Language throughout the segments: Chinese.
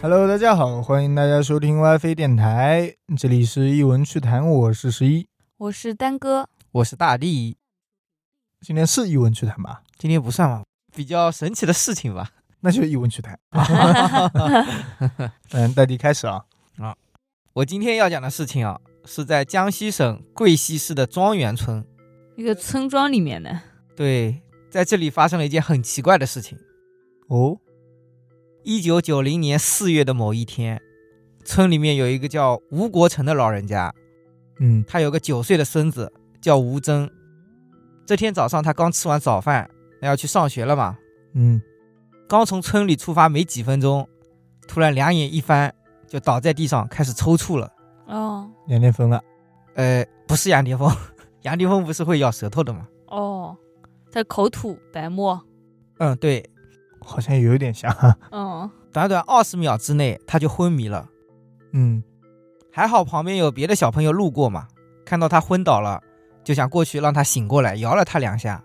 Hello，大家好，欢迎大家收听 WiFi 电台，这里是一文趣谈，我是十一，我是丹哥，我是大力。今天是一文趣谈吧？今天不算吧，比较神奇的事情吧。那就一文趣谈。嗯，大力开始啊。我今天要讲的事情啊，是在江西省贵溪市的庄园村。一个村庄里面的，对，在这里发生了一件很奇怪的事情。哦，一九九零年四月的某一天，村里面有一个叫吴国成的老人家，嗯他有个九岁的孙子叫吴征。这天早上，他刚吃完早饭，那要去上学了嘛。嗯，刚从村里出发没几分钟，突然两眼一翻，就倒在地上开始抽搐了。哦羊癫疯了。呃，不是羊癫 疯，羊癫疯不是会咬舌头的吗？哦，他口吐白沫，嗯，对，好像有点像 哈。嗯短短二十秒之内他就昏迷了。嗯还好旁边有别的小朋友路过嘛，看到他昏倒了，就想过去让他醒过来，摇了他两下。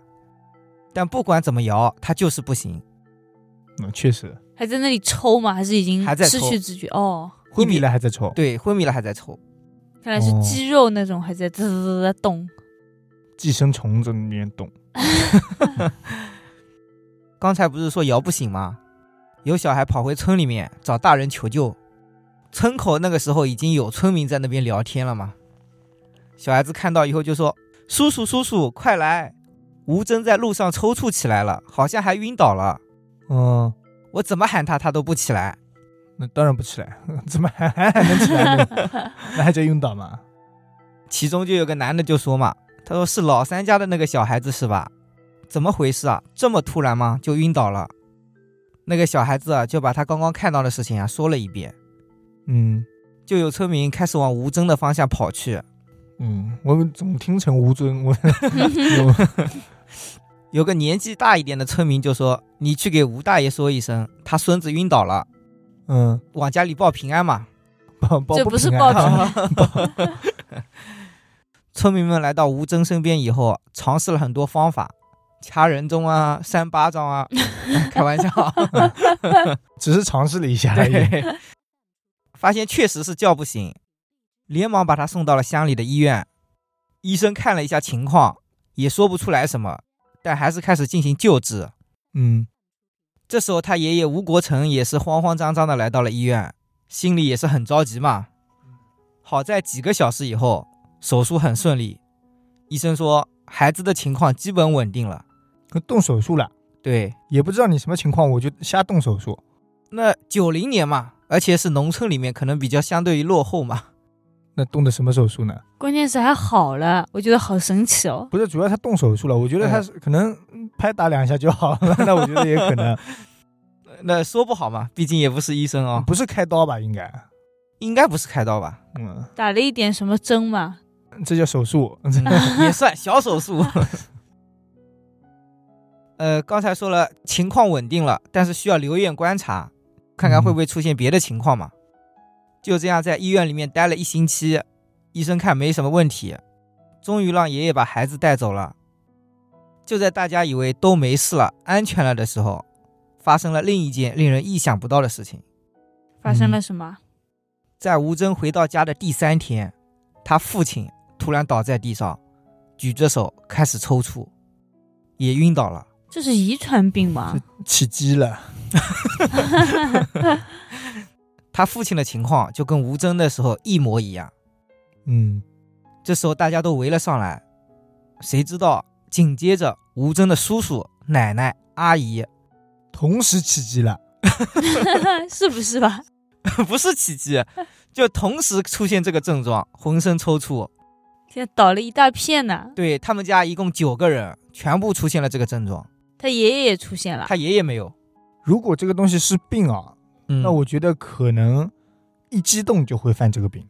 但不管怎么摇，他就是不醒，嗯，确实，还在那里抽吗？还是已经还在失抽去知觉？哦，昏迷了还在抽，对，昏迷了还在抽。看来是哦肌肉那种还在滋滋滋在动。寄生虫在里面动。刚才不是说摇不醒吗？有小孩跑回村里面找大人求救，村口那个时候已经有村民在那边聊天了嘛。小孩子看到以后就说：“叔叔，叔叔，快来！吴征在路上抽搐起来了，好像还晕倒了。嗯，我怎么喊他，他都不起来。那当然不起来， 怎么还还能起 来呢？那还叫晕倒吗？”其中就有个男的就说嘛：“他说是老三家的那个小孩子是吧？怎么回事啊？这么突然吗？就晕倒了。”那个小孩子啊，就把他刚刚看到的事情啊说了一遍。嗯就有村民开始往吴征的方向跑去。嗯，我总听成吴尊，我 有有个年纪大一点的村民就说：“你去给吴大爷说一声，他孙子晕倒了，嗯，往家里报平安嘛。报报这不是平报安纸啊吗？”村民们来到吴征身边以后，尝试了很多方法，掐人中啊，扇巴掌啊， 开玩笑， 只是尝试了一下而已。对，发现确实是叫不醒，连忙把他送到了乡里的医院。医生看了一下情况，也说不出来什么，但还是开始进行救治。嗯这时候，他爷爷吴国成也是慌慌张张的来到了医院，心里也是很着急嘛。好在几个小时以后，手术很顺利，医生说孩子的情况基本稳定了。，动手术了，对，也不知道你什么情况，我就瞎动手术。那九零年嘛，而且是农村里面可能比较相对于落后嘛。 那动的什么手术呢？关键是还好了，我觉得好神奇哦。不是，主要他动手术了。我觉得他嗯是可能嗯拍打两下就好了， 那我觉得也可 能那说不好嘛，毕竟也不是医生哦，不是开刀吧？应该，应该不是开刀吧？嗯，打了一点什么针嘛？这叫手术。嗯 也算小手术。呃，刚才说了情况稳定了，但是需要留院观察，看看会不会出现别的情况嘛。就这样在医院里面待了一星期，医生看没什么问题，终于让爷爷把孩子带走了。就在大家以为都没事了、安全了的时候，发生了另一件令人意想不到的事情。发生了什么？在吴征回到家的第三天，他父亲突然倒在地上，举着手开始抽搐，也晕倒了。这是遗传病吗？起鸡了，他父亲的情况就跟吴征那时候一模一样。嗯，这时候大家都围了上来，谁知道紧接着吴征的叔叔、奶奶、阿姨 同时起鸡了。 是不是吧？不是奇迹，就同时出现这个症状，浑身抽搐。现在倒了一大片呢。对他们家一共九个人，全部出现了这个症状。他爷爷也出现了，他爷爷没有。如果这个东西是病啊，嗯那我觉得可能一激动就会犯这个病，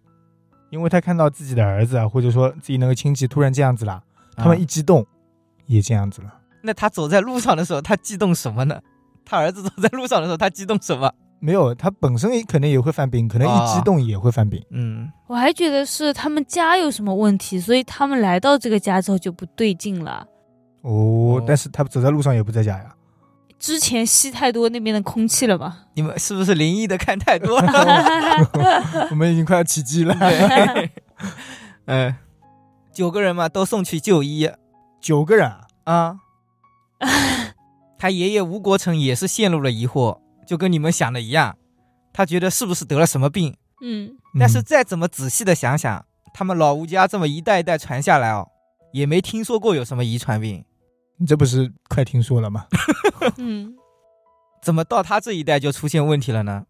因为他看到自己的儿子啊，或者说自己那个亲戚突然这样子了，他们啊一激动也这样子了。那他走在路上的时候，他激动什么呢？他儿子走在路上的时候，他激动什么？没有，他本身也可能也会犯病，可能一啊激动也会犯病。嗯，我还觉得是他们家有什么问题，所以他们来到这个家之后就不对劲了。哦哦， 但是他走在路上也不在家呀。之前吸太多那边的空气了吧？你们是不是灵异的看 太多了？我们已经快要起鸡了。 对，嗯，九个人嘛都送去就医九个人啊，啊。他爷爷吴国成也是陷入了疑惑，就跟你们想的一样，他觉得是不是得了什么病？ 嗯，但是嗯再怎么仔细的想想，他们老吴家这么一代一代传下来哦，也没听说过有什么遗传病，你这不是快听说 了吗？嗯，怎么到他这一代就出现问题了呢？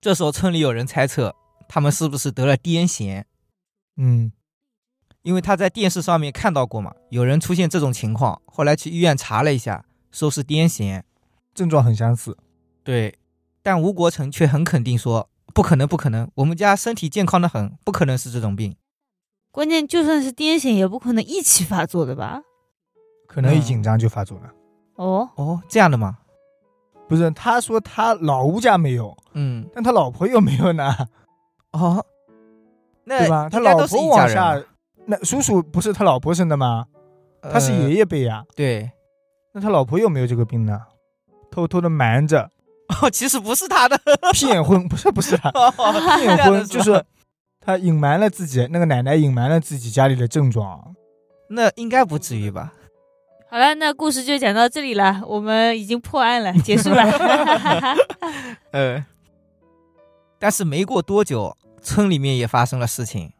这时候村里有人猜测他们是不是得了癫痫，嗯因为他在电视上面看到过嘛，有人出现这种情况，后来去医院查了一下，说是癫痫。症状很相似。对，但吴国成却很肯定说不可能，不可能，我们家身体健康的很，不可能是这种病。关键就算是癫痫，也不可能一起发作的吧？可能一嗯紧张就发作了。哦，哦，这样的吗？不是，他说他老吴家没有，嗯，但他老婆有没有呢？哦，那对吧？他应该老都是婆一家往人吧下，，那叔叔不是他老婆生的吗？他是呃爷爷辈呀、对， 那他老婆有没有这个病呢？偷偷的瞒 着，哦，其实不是他 的，骗婚不是不是啊，这骗样的婚就是吧他隐瞒了自己，那个奶奶隐瞒了自己家里的症状。那应该不至于吧？好了，那故事就讲到这里了，我们已经破案了，结 束了。呃，但是没过多久，村里面也发生了事情。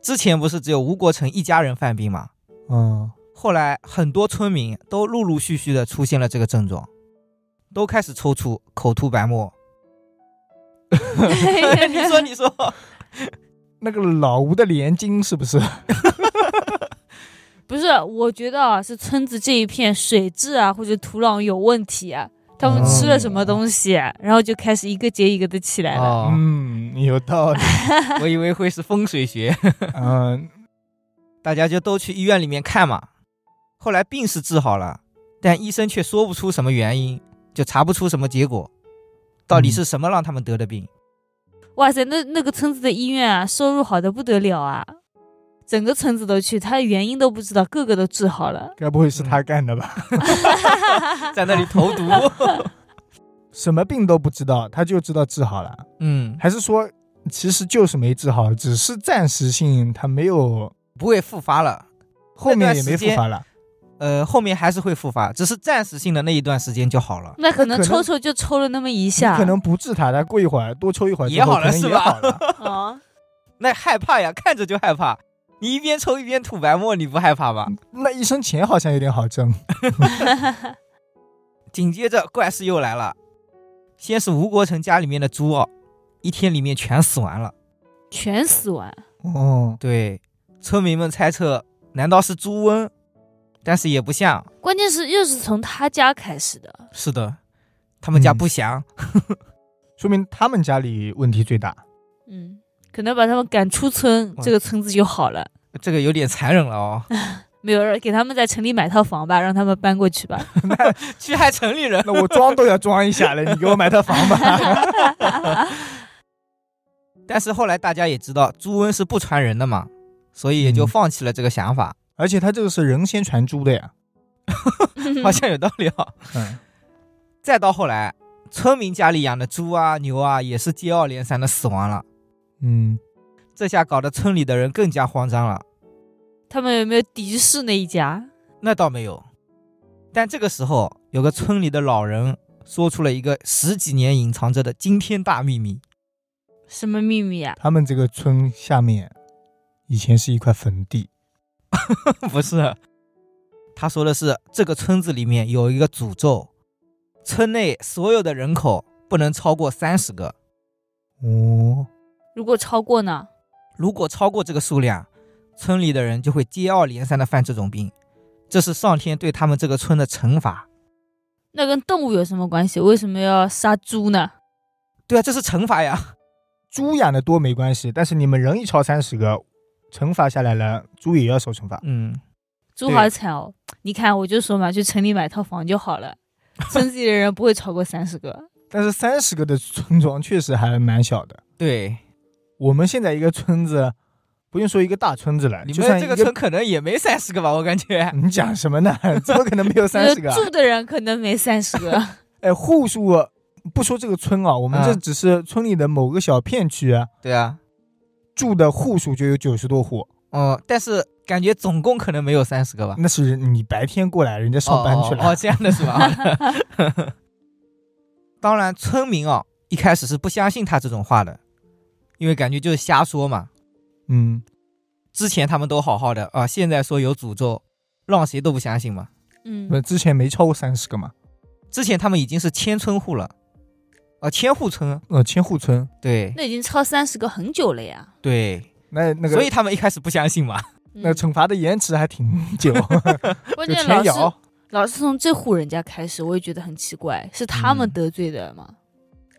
之前不是只有吴国成一家人犯病吗？嗯，后来很多村民都陆陆续续的出现了这个症状，都开始抽搐、口吐白沫。你说，你说，那个老吴的连襟是不是？ 哦不是，我觉得啊，是村子这一片水质啊或者土壤有问题啊，他们吃了什么东西啊、然后就开始一个接一个的起来了。哦，嗯，有道理。我以为会是风水学。嗯， 大家就都去医院里面看嘛。后来病是治好了，但医生却说不出什么原因，就查不出什么结果，到底是什么让他们得的病？哇塞，那那个村子的医院啊，收入好的不得了啊，整个村子都去，他原因都不知道，个个都治好了。该不会是他嗯干的吧？ 在那里投毒。什么病都不知道，他就知道治好了， 嗯，还是说其实就是没治好，只是暂时性，他没有不会复发了。后面也没复发了。呃，后面还是会复发，只是暂时性的那一段时间就好了。那可能那可能抽抽就抽了那么一你下，可能不治他，他过一会儿多抽一会儿之也后好了可能是也吧好了。 哦，那害怕呀，看着就害怕。你一边抽一边吐白沫，你不害怕吧？那医生钱好像有点好 挣。紧接着怪事又来了，先是吴国成家里面的猪哦，一天里面全死完了。 全死完。哦，对，村民们猜测，难道是猪瘟？但是也不像。关键是又是从他家开始的，是的，他们家嗯不祥。说明他们家里问题最大。嗯，可能把他们赶出村，哇这个村子就好了。这个有点残忍了哦， 没有人给他们在城里买套房吧，让他们搬过去吧。 去害城里 人。那我装都要装一下了，你给我买套房 吧。但是后来大家也知道，猪瘟是不传人的嘛，所以也就嗯放弃了这个想法。而且他这个是人先传猪的呀。好像有道理哦。嗯，再到后来，村民家里养的猪啊、牛啊，也是接二连三的死亡了。嗯，这下搞得村里的人更加慌张了。他们有没有敌视那一家？那倒没有。但这个时候，有个村里的老人说出了一个十几年隐藏着的惊天大秘密。 什么秘密啊？他们这个村下面以前是一块坟地。不是，他说的是这个村子里面有一个诅咒，村内所有的人口不能超过三十个，哦，如果超过呢？如果超过这个数量，村里的人就会接二连三的犯这种病，这是上天对他们这个村的惩罚。那跟动物有什么关系？为什么要杀猪呢？对啊，这是惩罚呀。猪养的多没关系，但是你们人一超三十个，惩罚下来了，猪也要受惩罚。嗯，猪好惨哦！你看，我就说嘛，去城里买套房就好 了，村子里的人不会超过三十个。但是三十个的村庄确实还蛮小的。对，我们现在一个村子，不用说一个大村子了，你就算们一这个村可能也没三十个吧，我感觉。你讲什么呢？ 怎么可能没有三十个啊？住的人可能没三十个， 哎，户数不说这个村啊，我们这嗯只是村里的某个小片区 对啊，住的户数就有九十多户，哦、但是感觉总共可能没有三十个吧。那是你白天过来，人家上班去哦哦了哦，。这样的是吧？ 当然，村民哦，一开始是不相信他这种话的，因为感觉就是瞎说嘛。嗯，之前他们都好好的啊，现在说有诅咒，让谁都不相信嘛。嗯不，之前没超过三十个嘛？之前他们已经是千村户了，啊，千户村，呃，千户村，对那已经超三十个很久了呀。对，那那个所以他们一开始不相信嘛。那嗯惩罚的延迟还挺 久，关就键全老是摇。老是从这户人家开始，我也觉得很奇怪，是他们嗯得罪的吗？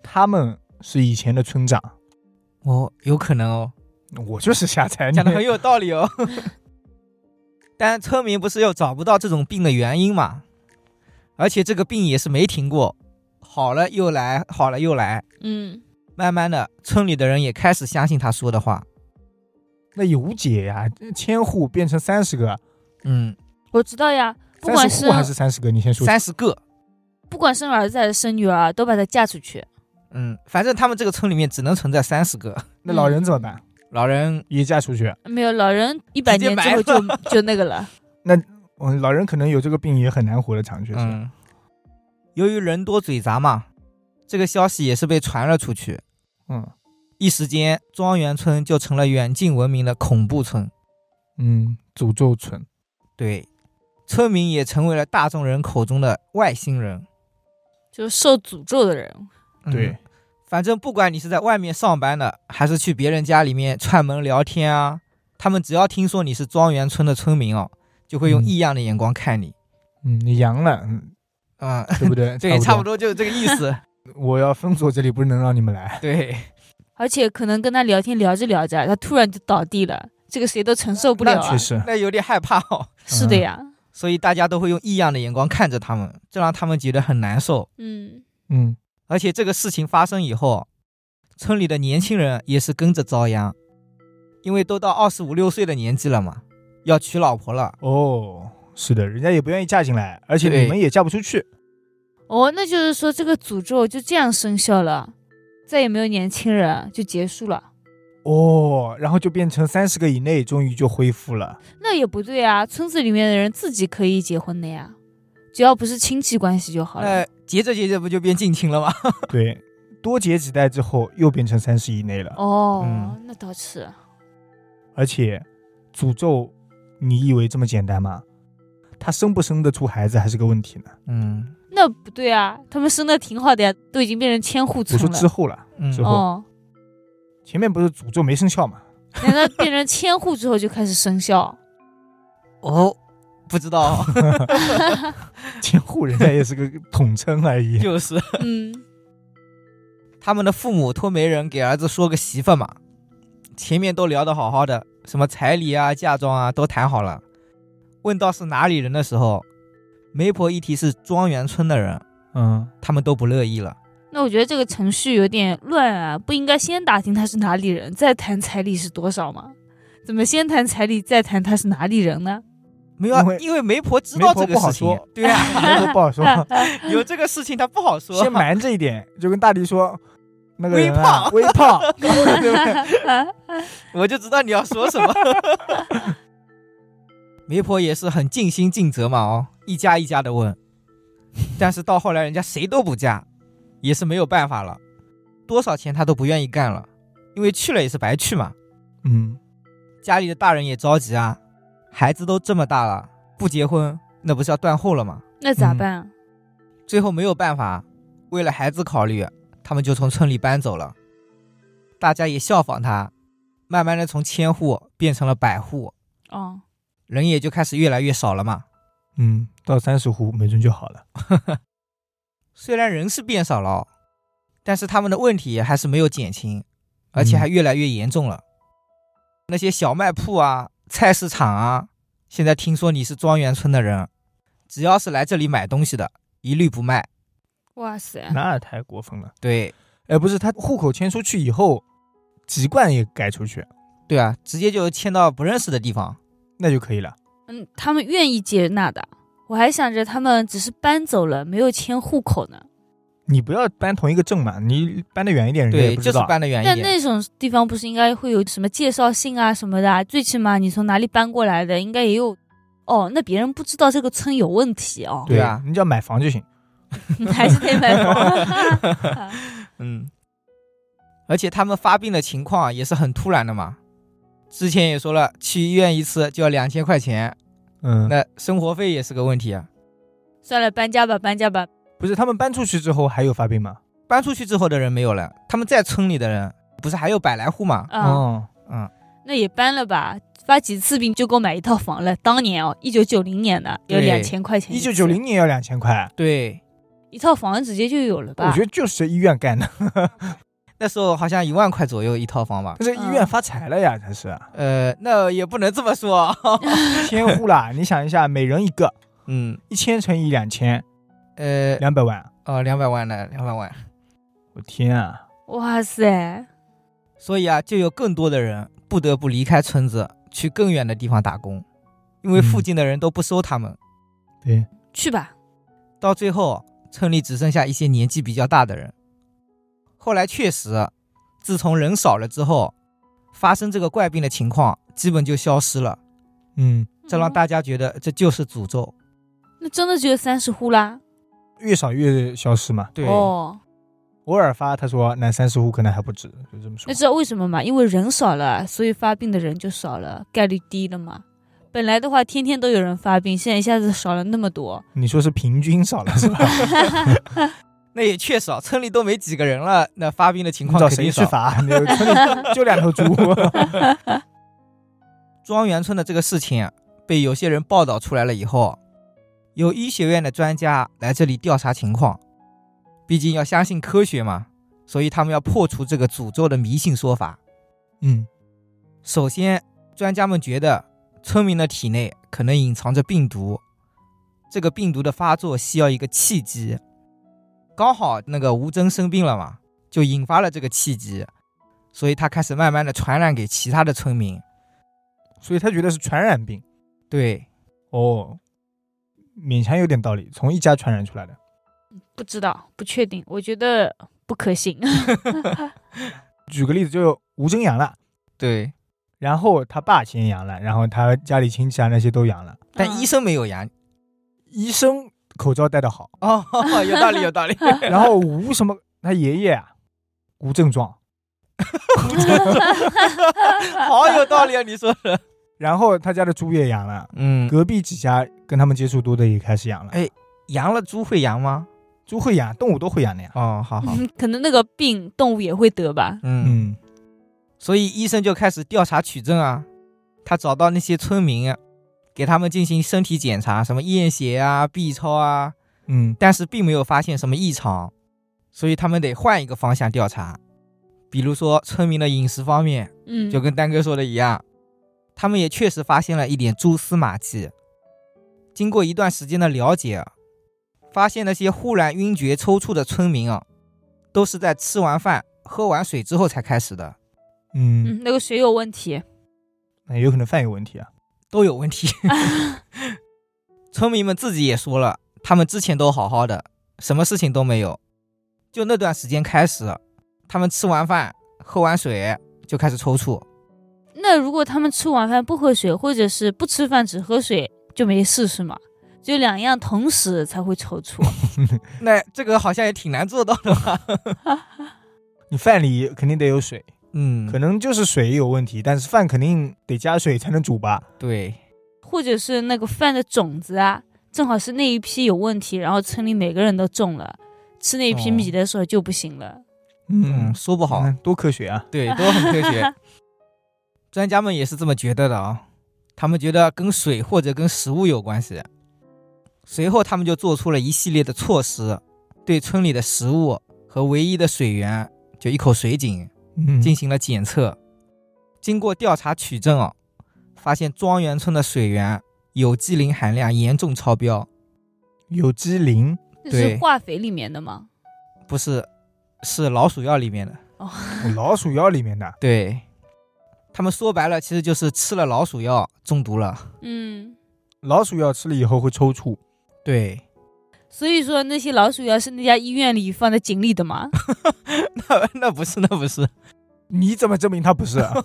他们是以前的村长， 哦，有可能哦，我就是瞎猜。 讲的你很有道理哦。 但村民不是又找不到这种病的原因嘛？而且这个病也是没停过，好了又来，好了又来。嗯，慢慢的，村里的人也开始相信他说的话。那也无解呀、千户变成三十个，嗯，我知道呀，不三管十是户还是三十个？你先说。三十个，不管生儿子还是生女儿，啊都把她嫁出去。嗯，反正他们这个村里面只能存在三十个那老人怎么办？老人。也嫁出去？没有老人一百直接年之埋后就就那个了。嗯，老人可能有这个病也很难活得长，确实。嗯，由于人多嘴杂嘛，这个消息也是被传了出去，嗯一时间庄园村就成了远近闻名的恐怖村。嗯，诅咒村。对，村民也成为了大众人口中的外星人。就是受诅咒的人，嗯对，反正不管你是在外面上班的，还是去别人家里面串门聊天啊，他们只要听说你是庄园村的村民哦，就会用嗯异样的眼光看你。嗯，你阳了，嗯， 嗯，对不对？对，差不多。多就是这个意思。我要封锁这里，不 是能啊让你们来。对， 而且可能跟他聊天聊着聊着，啊他突然就倒地了，这个谁都承受不了那啊确。实，嗯那有点害怕哦，是的呀，所以大家都会用异样的眼光看着他们，这让他们觉得很难受。嗯，嗯，而且这个事情发生以后，村里的年轻人也是跟着遭殃，因为都到二十五六岁的年纪了嘛，要娶老婆了。哦，是的，人家也不愿意嫁进来，而且你对们也嫁不出去。哦，那就是说这个诅咒就这样生效了，再也没有年轻人，啊就结束了。哦，然后就变成三十个以内，终于就恢复 了。那也不对啊，村子里面的人自己可以结婚的呀，只要不是亲戚关系就好了。那哎结着结着不就变近亲了吗？对，多结几代之后又变成三十以内了，哦，嗯那倒是，而且诅咒，你以为这么简单吗？他生不生得出孩子还是个问题呢。嗯那不对啊，他们生的挺好的呀，都已经变成千户我村说之了。后了，嗯之后哦，前面不是诅咒没生效嘛？ 难道变成千户之后就开始生效？ 哦，不知道， 监护人家也是个统称而已。就是嗯，他们的父母托媒人给儿子说个媳妇嘛，前面都聊得好好的，什么彩礼啊、嫁妆啊都谈好了。问到是哪里人的时候，媒婆一提是庄园村的人，嗯，他们都不乐意了。那我觉得这个程序有点乱啊，不应该先打听他是哪里人，再谈彩礼是多少吗？怎么先谈彩礼，再谈他是哪里人 呢？没有啊因为，因为媒婆知媒道婆这个不好事情说，对啊，这都不好说，有这个事情他不好说。先瞒着一点，就跟大力说，那个人啊，微微 胖，对不对？我就知道你要说什么。 媒婆也是很尽心尽责嘛，哦，一家一家的问，但是到后来人家谁都不嫁，也是没有办法了，多少钱他都不愿意干了，因为去了也是白去嘛。嗯，家里的大人也着急啊，孩子都这么大了，不结婚那不是要断后了吗？ 那咋办啊？最后没有办法，为了孩子考虑，他们就从村里搬走了。大家也效仿他，慢慢的从千户变成了百户，哦，人也就开始越来越少了嘛。嗯，到三十户没准就好了。虽然人是变少了哦，但是他们的问题还是没有减轻，而且嗯还越来越严重了。那些小卖铺啊、菜市场啊，现在听说你是庄园村的人，只要是来这里买东西的，一律不卖。哇嗯塞，那太过分了。对，哎，不是，他户口迁出去以后，籍贯也改出去，对啊，直接就迁到不认识的地方。那就可以了。嗯，他们愿意接纳的。我还想着他们只是搬走了，没有迁户口呢。你不要搬同一个镇嘛，你搬得远一点，人家对，嗯也不就知是道。搬得远但一点。那种地方不是应该会有什么介绍信啊什么的、啊？最起码你从哪里搬过来的，应该也有。哦，那别人不知道这个村有问题哦， 对对啊你只要买房就行。还是得买 房。嗯，而且他们发病的情况啊也是很突然的嘛。之前也说了，去医院一次就要两千块钱，嗯，那生活费也是个问题啊。算了，搬家吧，搬家吧。不是他们搬出去之后还有发病吗？搬出去之后的人没有了，他们在村里的人不是还有百来户嘛？啊、哦，嗯，那也搬了吧，发几次病就够买一套房了。当年哦，一九九零年的有对两千块钱，一九九零年要两千块，对，一套房直接就有了吧？我觉得就是医院干的，那时候好像一万块左右一套房吧。但是医院发财了呀，才是呃，那也不能这么说。千户 啦。你想一下，每人一个，嗯，一千乘以两千，呃，两百万。哦，两百万呢，两百万。我天啊！哇塞，所以啊，就有更多的人不得不离开村子，去更远的地方打工，因为附近的人都不收他们。对，去吧，到最后，村里只剩下一些年纪比较大的人。后来确实，自从人少了之后，发生这个怪病的情况基本就消失了。嗯，这让嗯、大家觉得这就是诅咒。那真的只有三十户啦。越少越消失嘛。对哦，偶尔发，他说那三十户可能还不止，就这么说那。知道为什么吗？因为人少了，所以发病的人就少了，概率低了嘛。本来的话，天天都有人发病，现在一下子少了那么多， 你说是平均少了 是吧？那也确实啊，村里都没几个人了，那发病的情你况找肯谁定去少。罚？你村里就两头猪。 庄园村的这个事情啊被有些人报道出来了以后，有医学院的专家来这里调查情况，毕竟要相信科学嘛，所以他们要破除这个诅咒的迷信说法。嗯，首先，专家们觉得村民的体内可能隐藏着病毒，这个病毒的发作需要一个契机，刚好那个吴征生病了嘛，就引发了这个契机，所以他开始慢慢的传染给其他的村民。所以他觉得是传染病。对，哦，勉强有点道理，从一家传染出来的。不知道，不确定，我觉得不可行。举个例子，就吴征阳了，对，然后他爸先阳了，然后他家里亲戚啊那些都阳了。嗯但医生没有阳。医生口罩戴得好，哦，有道理，有道理。然后吴什么他爷爷啊，无症状，好有道理啊，你说的。然后他家的猪也阳了，嗯，隔壁几家跟他们接触多的也开始阳了哎。阳了猪会阳吗？猪会阳，动物都会阳的呀。哦，好好。嗯可能那个病动物也会得吧。嗯，嗯，所以医生就开始调查取证啊，他找到那些村民啊，给他们进行身体检查，什么验血啊、B 超啊，嗯，但是并没有发现什么异常，所以他们得换一个方向调查，比如说村民的饮食方面，嗯，就跟丹哥说的一样，他们也确实发现了一点蛛丝马迹。经过一段时间的了解，啊发现那些忽然晕厥抽搐的村民啊，都是在吃完饭、喝完水之后才开始的，嗯，嗯，那个水有问题。那有可能饭有问题啊。都有问题。 村民们自己也说了，他们之前都好好的，什么事情都没有。就那段时间开始，他们吃完饭、喝完水就开始抽搐。那如果他们吃晚饭不喝水，或者是不吃饭只喝水，就没事是吗？就两样同时才会抽搐。那这个好像也挺难做到的吧？你饭里肯定得有水，嗯可能就是水有问题，但是饭肯定得加水才能煮吧。对。 或者是那个饭的种子啊，正好是那一批有问题，然后村里每个人都种了，吃那一批哦米的时候就不行了。嗯，，说不好，嗯多科学啊。对，都很科学。专家们也是这么觉得的啊，他们觉得跟水或者跟食物有关系。随后，他们就做出了一系列的措施，对村里的食物和唯一的水源，就一口水井，嗯进行了检测。经过调查取证啊，发现庄园村的水源有机磷含量严重超标，有机磷，那对是化肥里面的吗？不是，是老鼠药里面的。哦老鼠药里面的。对，他们说白了其实就是吃了老鼠药中毒了。嗯，老鼠药吃了以后会抽搐，对，所以说那些老鼠药是那家医院里放在井里的 嘛？那 那不是那不是，你怎么证明它不是？啊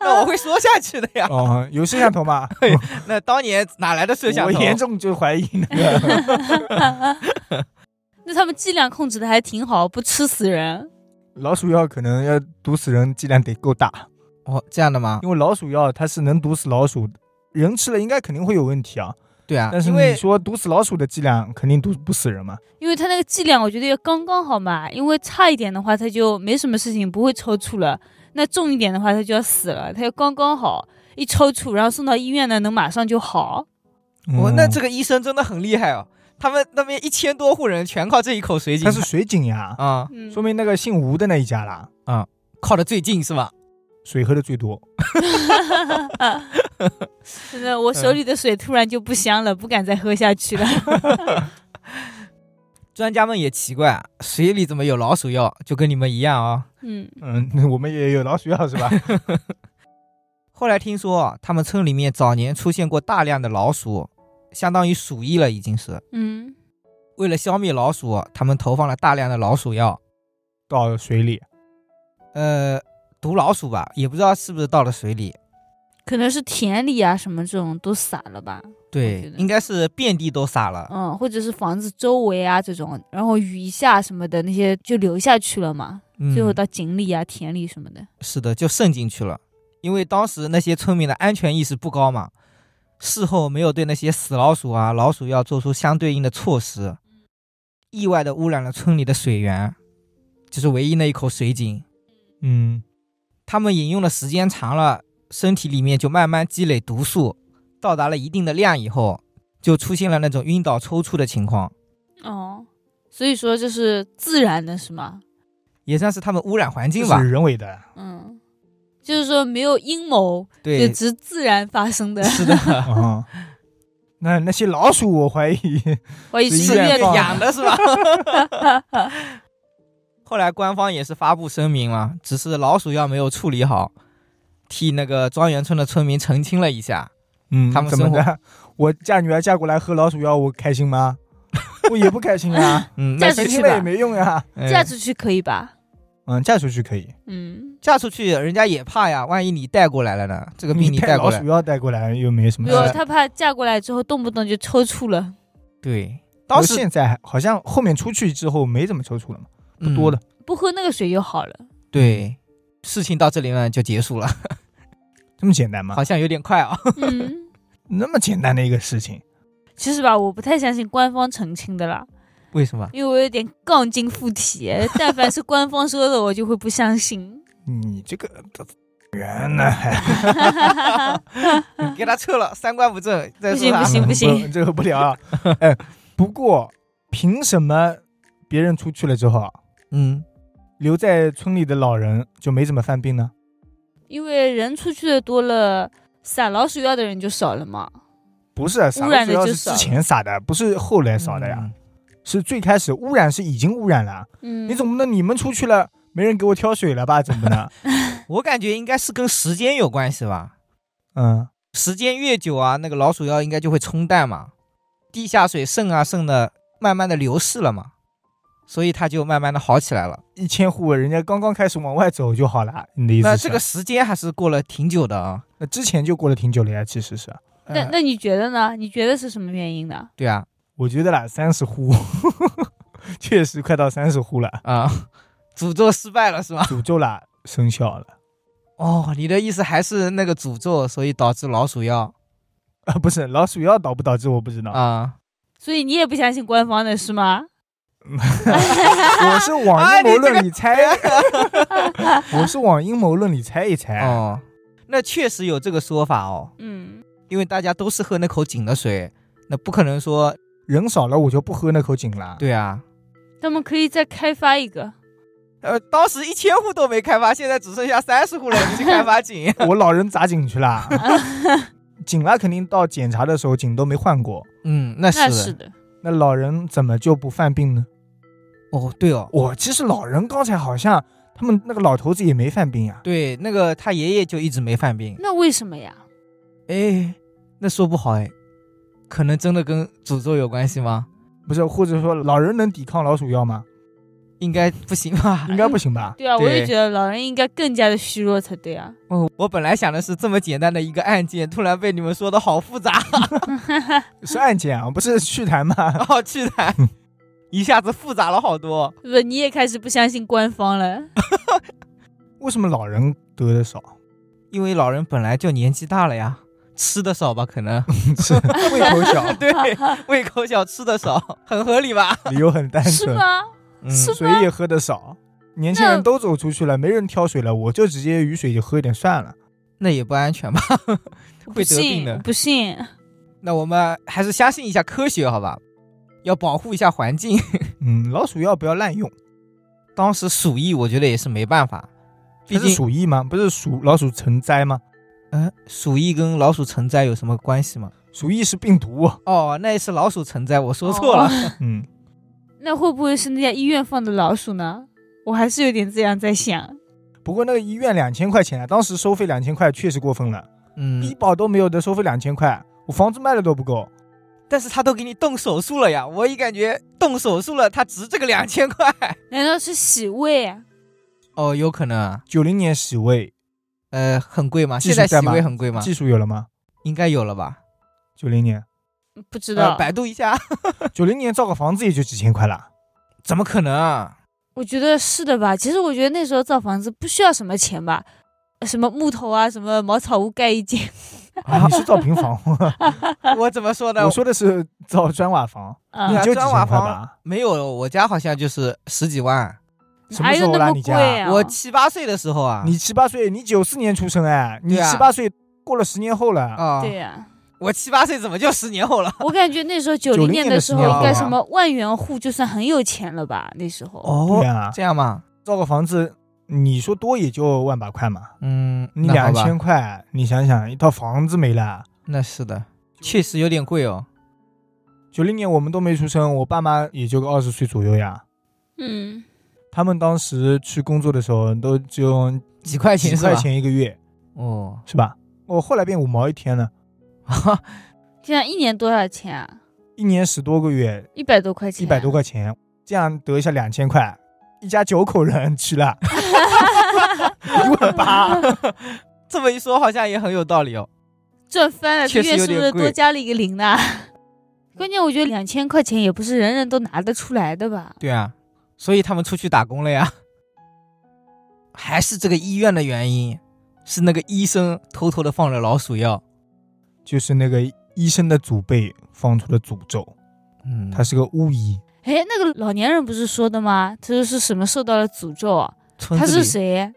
那我会说下去的呀。哦，有摄像头吗？ 那当年哪来的摄像我头？严重就怀疑那个 那他们剂量控制的还挺好，不吃死人。老鼠药可能要毒死人剂量得够大，哦，这样的吗？因为老鼠药它是能毒死老鼠的，人吃了应该肯定会有问题啊。对啊，但是因你为说毒死老鼠的剂量肯定毒不死人嘛？因为它那个剂量，我觉得要刚刚好嘛，因为差一点的话，它就没什么事情，不会抽搐了；那重一点的话，它就要死了，它要刚刚好，一抽搐，然后送到医院呢，能马上就好。我哦那嗯这个医生真的很厉害哦，他们那边一千多户人全靠这一口水井它，是水井呀，啊、嗯，说明那个姓吴的那一家啦，靠的最近是吧？水喝的最多。 真的，我手里的水突然就不香了，不敢再喝下 去了。专家们也奇怪，水里怎么有老鼠药？就跟你们一样啊、嗯，嗯， 那我们也有老鼠药 是吧？后来听说啊他们村里面早年出现过大量的老鼠，相当于鼠疫了，已经是。嗯，为了消灭老鼠，他们投放了大量的老鼠药，到水 里，呃，毒老鼠吧，也不知道是不是到了水里。可能是田里啊什么这种都撒了吧，我觉对得，应该是遍地都撒了。嗯，或者是房子周围啊这种，然后雨一下什么的那些就流下去了嘛，嗯最后到井里啊、田里什么的。是的，就渗进去了。因为当时那些村民的安全意识不高嘛，事后没有对那些死老鼠啊、老鼠药做出相对应的措施，意外的污染了村里的水源，就是唯一那一口水井。嗯，他们饮用的时间长了，身体里面就慢慢积累毒素，到达了一定的量以后，就出现了那种晕倒抽搐的情况，哦，所以说这是自然的，是吗？也算是他们污染环这境吧是。人为 的。嗯，就是说没有阴谋，就对，只自然发 生的。是的，啊、那那些老鼠，我怀疑我一是吃医院月放亮养 的是吧？后来官方也是发布声明嘛，只是老鼠药没有处理好，替那个庄园村的村民澄清了一下。嗯，他们怎么生活的？我嫁女儿嫁过来喝老鼠药，我开心 吗？我也不开心啊，嗯，嫁 那出开去心吧了也没用呀、嗯嫁出去可以吧？嗯，嫁出去可以，嗯，嫁出去，人家也怕呀，万一你带过来了呢？这个病你带带老过来啊鼠，药带过来又没什么没事有，儿。他怕嫁过来之后动不动就抽搐了。对，当不过时现在好像后面出去之后没怎么抽搐了嘛，不多的嗯。不喝那个水就好了，对，事情到这里呢就结束了，这么简单吗？好像有点快 啊。嗯，那么简单的一个事情， 其实吧，我不太相信官方澄清的啦，为什么？因为我有点杠精附体， 但凡是官方说的，我就会不相 信。你这个人呢？ 你给他撤了，三观不正，再说不他。行不行这哎个不聊 啊。哎，不过凭什么别人出去了之后啊，嗯，留在村里的老人就没怎么犯病呢？因为人出去的多了，撒老鼠药的人就少了嘛。不是，撒污老染鼠的药就是少之了前撒的，不是后来撒哎的呀。嗯是最开始污染是已经污染了，啊嗯，你总不能你们出去了没人给我挑水了吧？总不能，嗯。我感觉应该是跟时间有关系吧。 嗯，时间越久啊，那个老鼠药应该就会冲淡嘛，地下水渗啊渗的，慢慢的流逝了嘛，所以它就慢慢的好起来了。一千户人家刚刚开始往外走就好了，你的意思那是？这个时间还是过了挺久的啊。那之前就过了挺久了呀，其实是，那嗯那你觉得呢？你觉得是什么原因呢？对啊，我觉得啦，三十户， 确实快到三十户了，啊、诅咒失败 了是吧？诅咒啦生效了哦，你的意思还是那个诅咒，所以导致老鼠药啊，不是老鼠药导不导致我不知道，啊？所以你也不相信官方的是吗？我是往啊阴谋你这个论里 猜，哎 我是往阴谋论里猜一猜，哦，那确实有这个说法哦，嗯，因为大家都是喝那口井的水，那不可能说人少了我就不喝那口井了，对啊。他们可以再开发一 个。呃，当时一千户都没开发，现在只剩下三十户了，你去开发井。我老人砸井去啦。啊井啦，肯定到检查的时候井都没换过。嗯，那是那是的，那老人怎么就不犯病呢？哦，对哦，我其实老人刚才好像他们那个老头子也没犯病啊呀、对，那个他爷爷就一直没犯病。那为什么呀？哎，那说不好哎，可能真的跟诅咒有关系吗？不是？或者说老人能抵抗老鼠药吗？应该不行吧？ 应该不行吧？对啊，我也对觉得老人应该更加的虚弱才对啊。 哦，我本来想的是这么简单的一个案件，突然被你们说的好复杂， 是案件啊，不是趣谈吗？ 好趣谈，一下子复杂了好多。不，你也开始不相信官方了。哎为什么老人得的少？ 因为老人本来就年纪大了呀，吃的少吧，可能是胃口小，对，胃口小，吃的少，很合理吧？理由很单是纯，吗？嗯，是水也喝得少。年轻那人都走出去了，没人挑水了，我就直接雨水就喝一点算了。那也不安全吧？ 我不会得病信，的我不信。那我们还是相信一下科学，好吧？要保护一下环境。嗯，老鼠药不要滥用，当时鼠疫，我觉得也是没办法，毕它是竟鼠疫吗？不是鼠老鼠成灾吗？嗯，鼠疫跟老鼠成灾有什么关系吗？鼠疫是病毒。啊哦，那也是老鼠成灾，我说错了。哦嗯，那会不会是那家医院放的老鼠呢？我还是有点这样在想。不过那个医院两千块钱啊，当时收费两千块确实过分了，医嗯，保都没有的收费两千块，我房子卖了都不够。但是他都给你动手术了呀，我也感觉动手术了，他值这个两千块。难道是洗胃啊？ 哦，有可能啊。九零年洗胃呃，很贵吗？技现术在洗在吗胃很贵吗？技术有了吗？应该有了吧？九零年，不知知道。呃百度一下。 九零年造个房子也就几千块了。怎么可能啊？ 我觉得是的吧。其实我觉得那时候造房子不需要什么钱吧，什么木头啊，什么茅草屋盖一间。啊，你是造平 房，我怎么说呢？我说的是造砖瓦房，啊你对啊就几砖千瓦块房吧？没有，我家好像就是十几万。什么哪时有候那啦？么你贵家？啊？我七八岁的时候啊，你七八岁，你九四年出生哎，你对啊七八岁过了十年后了，啊，对呀、我七八岁怎么就十年后了？我感觉那时候九90零年的时候，年的时候应该什么万元户就算很有钱了吧？那时候，对哦，啊，这样吗？造个房子，你说多也就万把块嘛，嗯，你那好两吧千块，你想想一套房子没了。那是的，确实有点贵哦。九零年我们都没出生，我爸妈也就个二十岁左右呀。嗯，他们当时去工作的时候，都只有几块钱几是吧？块钱一个月，哦， 是吧？我后来变五毛一天了，这样一年多少钱啊？一年十多个月，一百多块钱、啊一百多。块钱，这样得一下两千块，一家九口人去了，一万 八。这么一说好像也很有道理哦。赚翻了，这确实月有是点不是贵多加了一个零呢？关键我觉得两千块钱也不是人人都拿得出来的吧？对啊，所以他们出去打工了呀。还是这个医院的原因，是那个医生偷偷的放了老鼠药。就是那个医生的祖辈放出的诅咒，嗯，他是个巫医，哎，那个老年人不是说的吗？他说是什么受到了诅咒啊？村他子是里谁？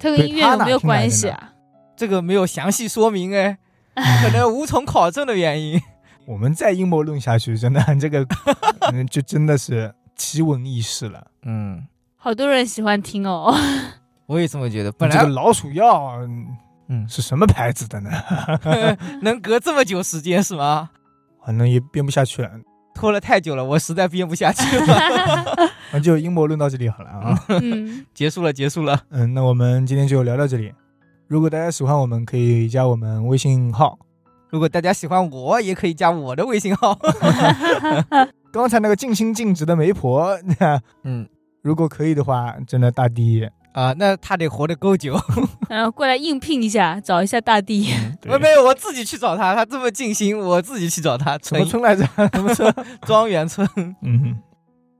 他跟嗯对医院有没有他哪听来的关呢系啊？这个没有详细说明哎，可能无从考证的原因。我们再阴谋论下去，真的这 个，嗯，就真的是奇闻异事了。嗯，好多人喜欢听哦。 我也这么觉得。本来、这个老鼠药嗯嗯，是什么牌子的呢？能隔这么久时间是吗？可能也编不下去了，拖了太久了，我实在编不下去 了。那就阴谋论到这里好了啊。嗯，结束了，结束了。嗯，那我们今天就聊到这里。如果大家喜欢我们，可以加我们微信号。如果大家喜欢我，也可以加我的微信号。刚才那个尽心尽职的媒婆，嗯 如果可以的话，真的大帝， 啊、那他得活得够久。 然后过来应聘一下，找一下大地。 对 没没有，我自己去找他，他这么尽心，我自己去找他。什么村来着？什么村？庄园村。嗯，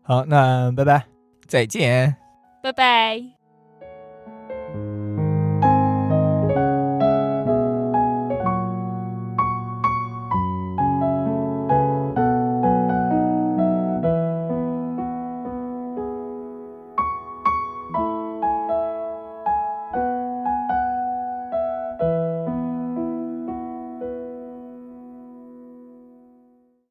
好，那拜拜。 再见。拜拜。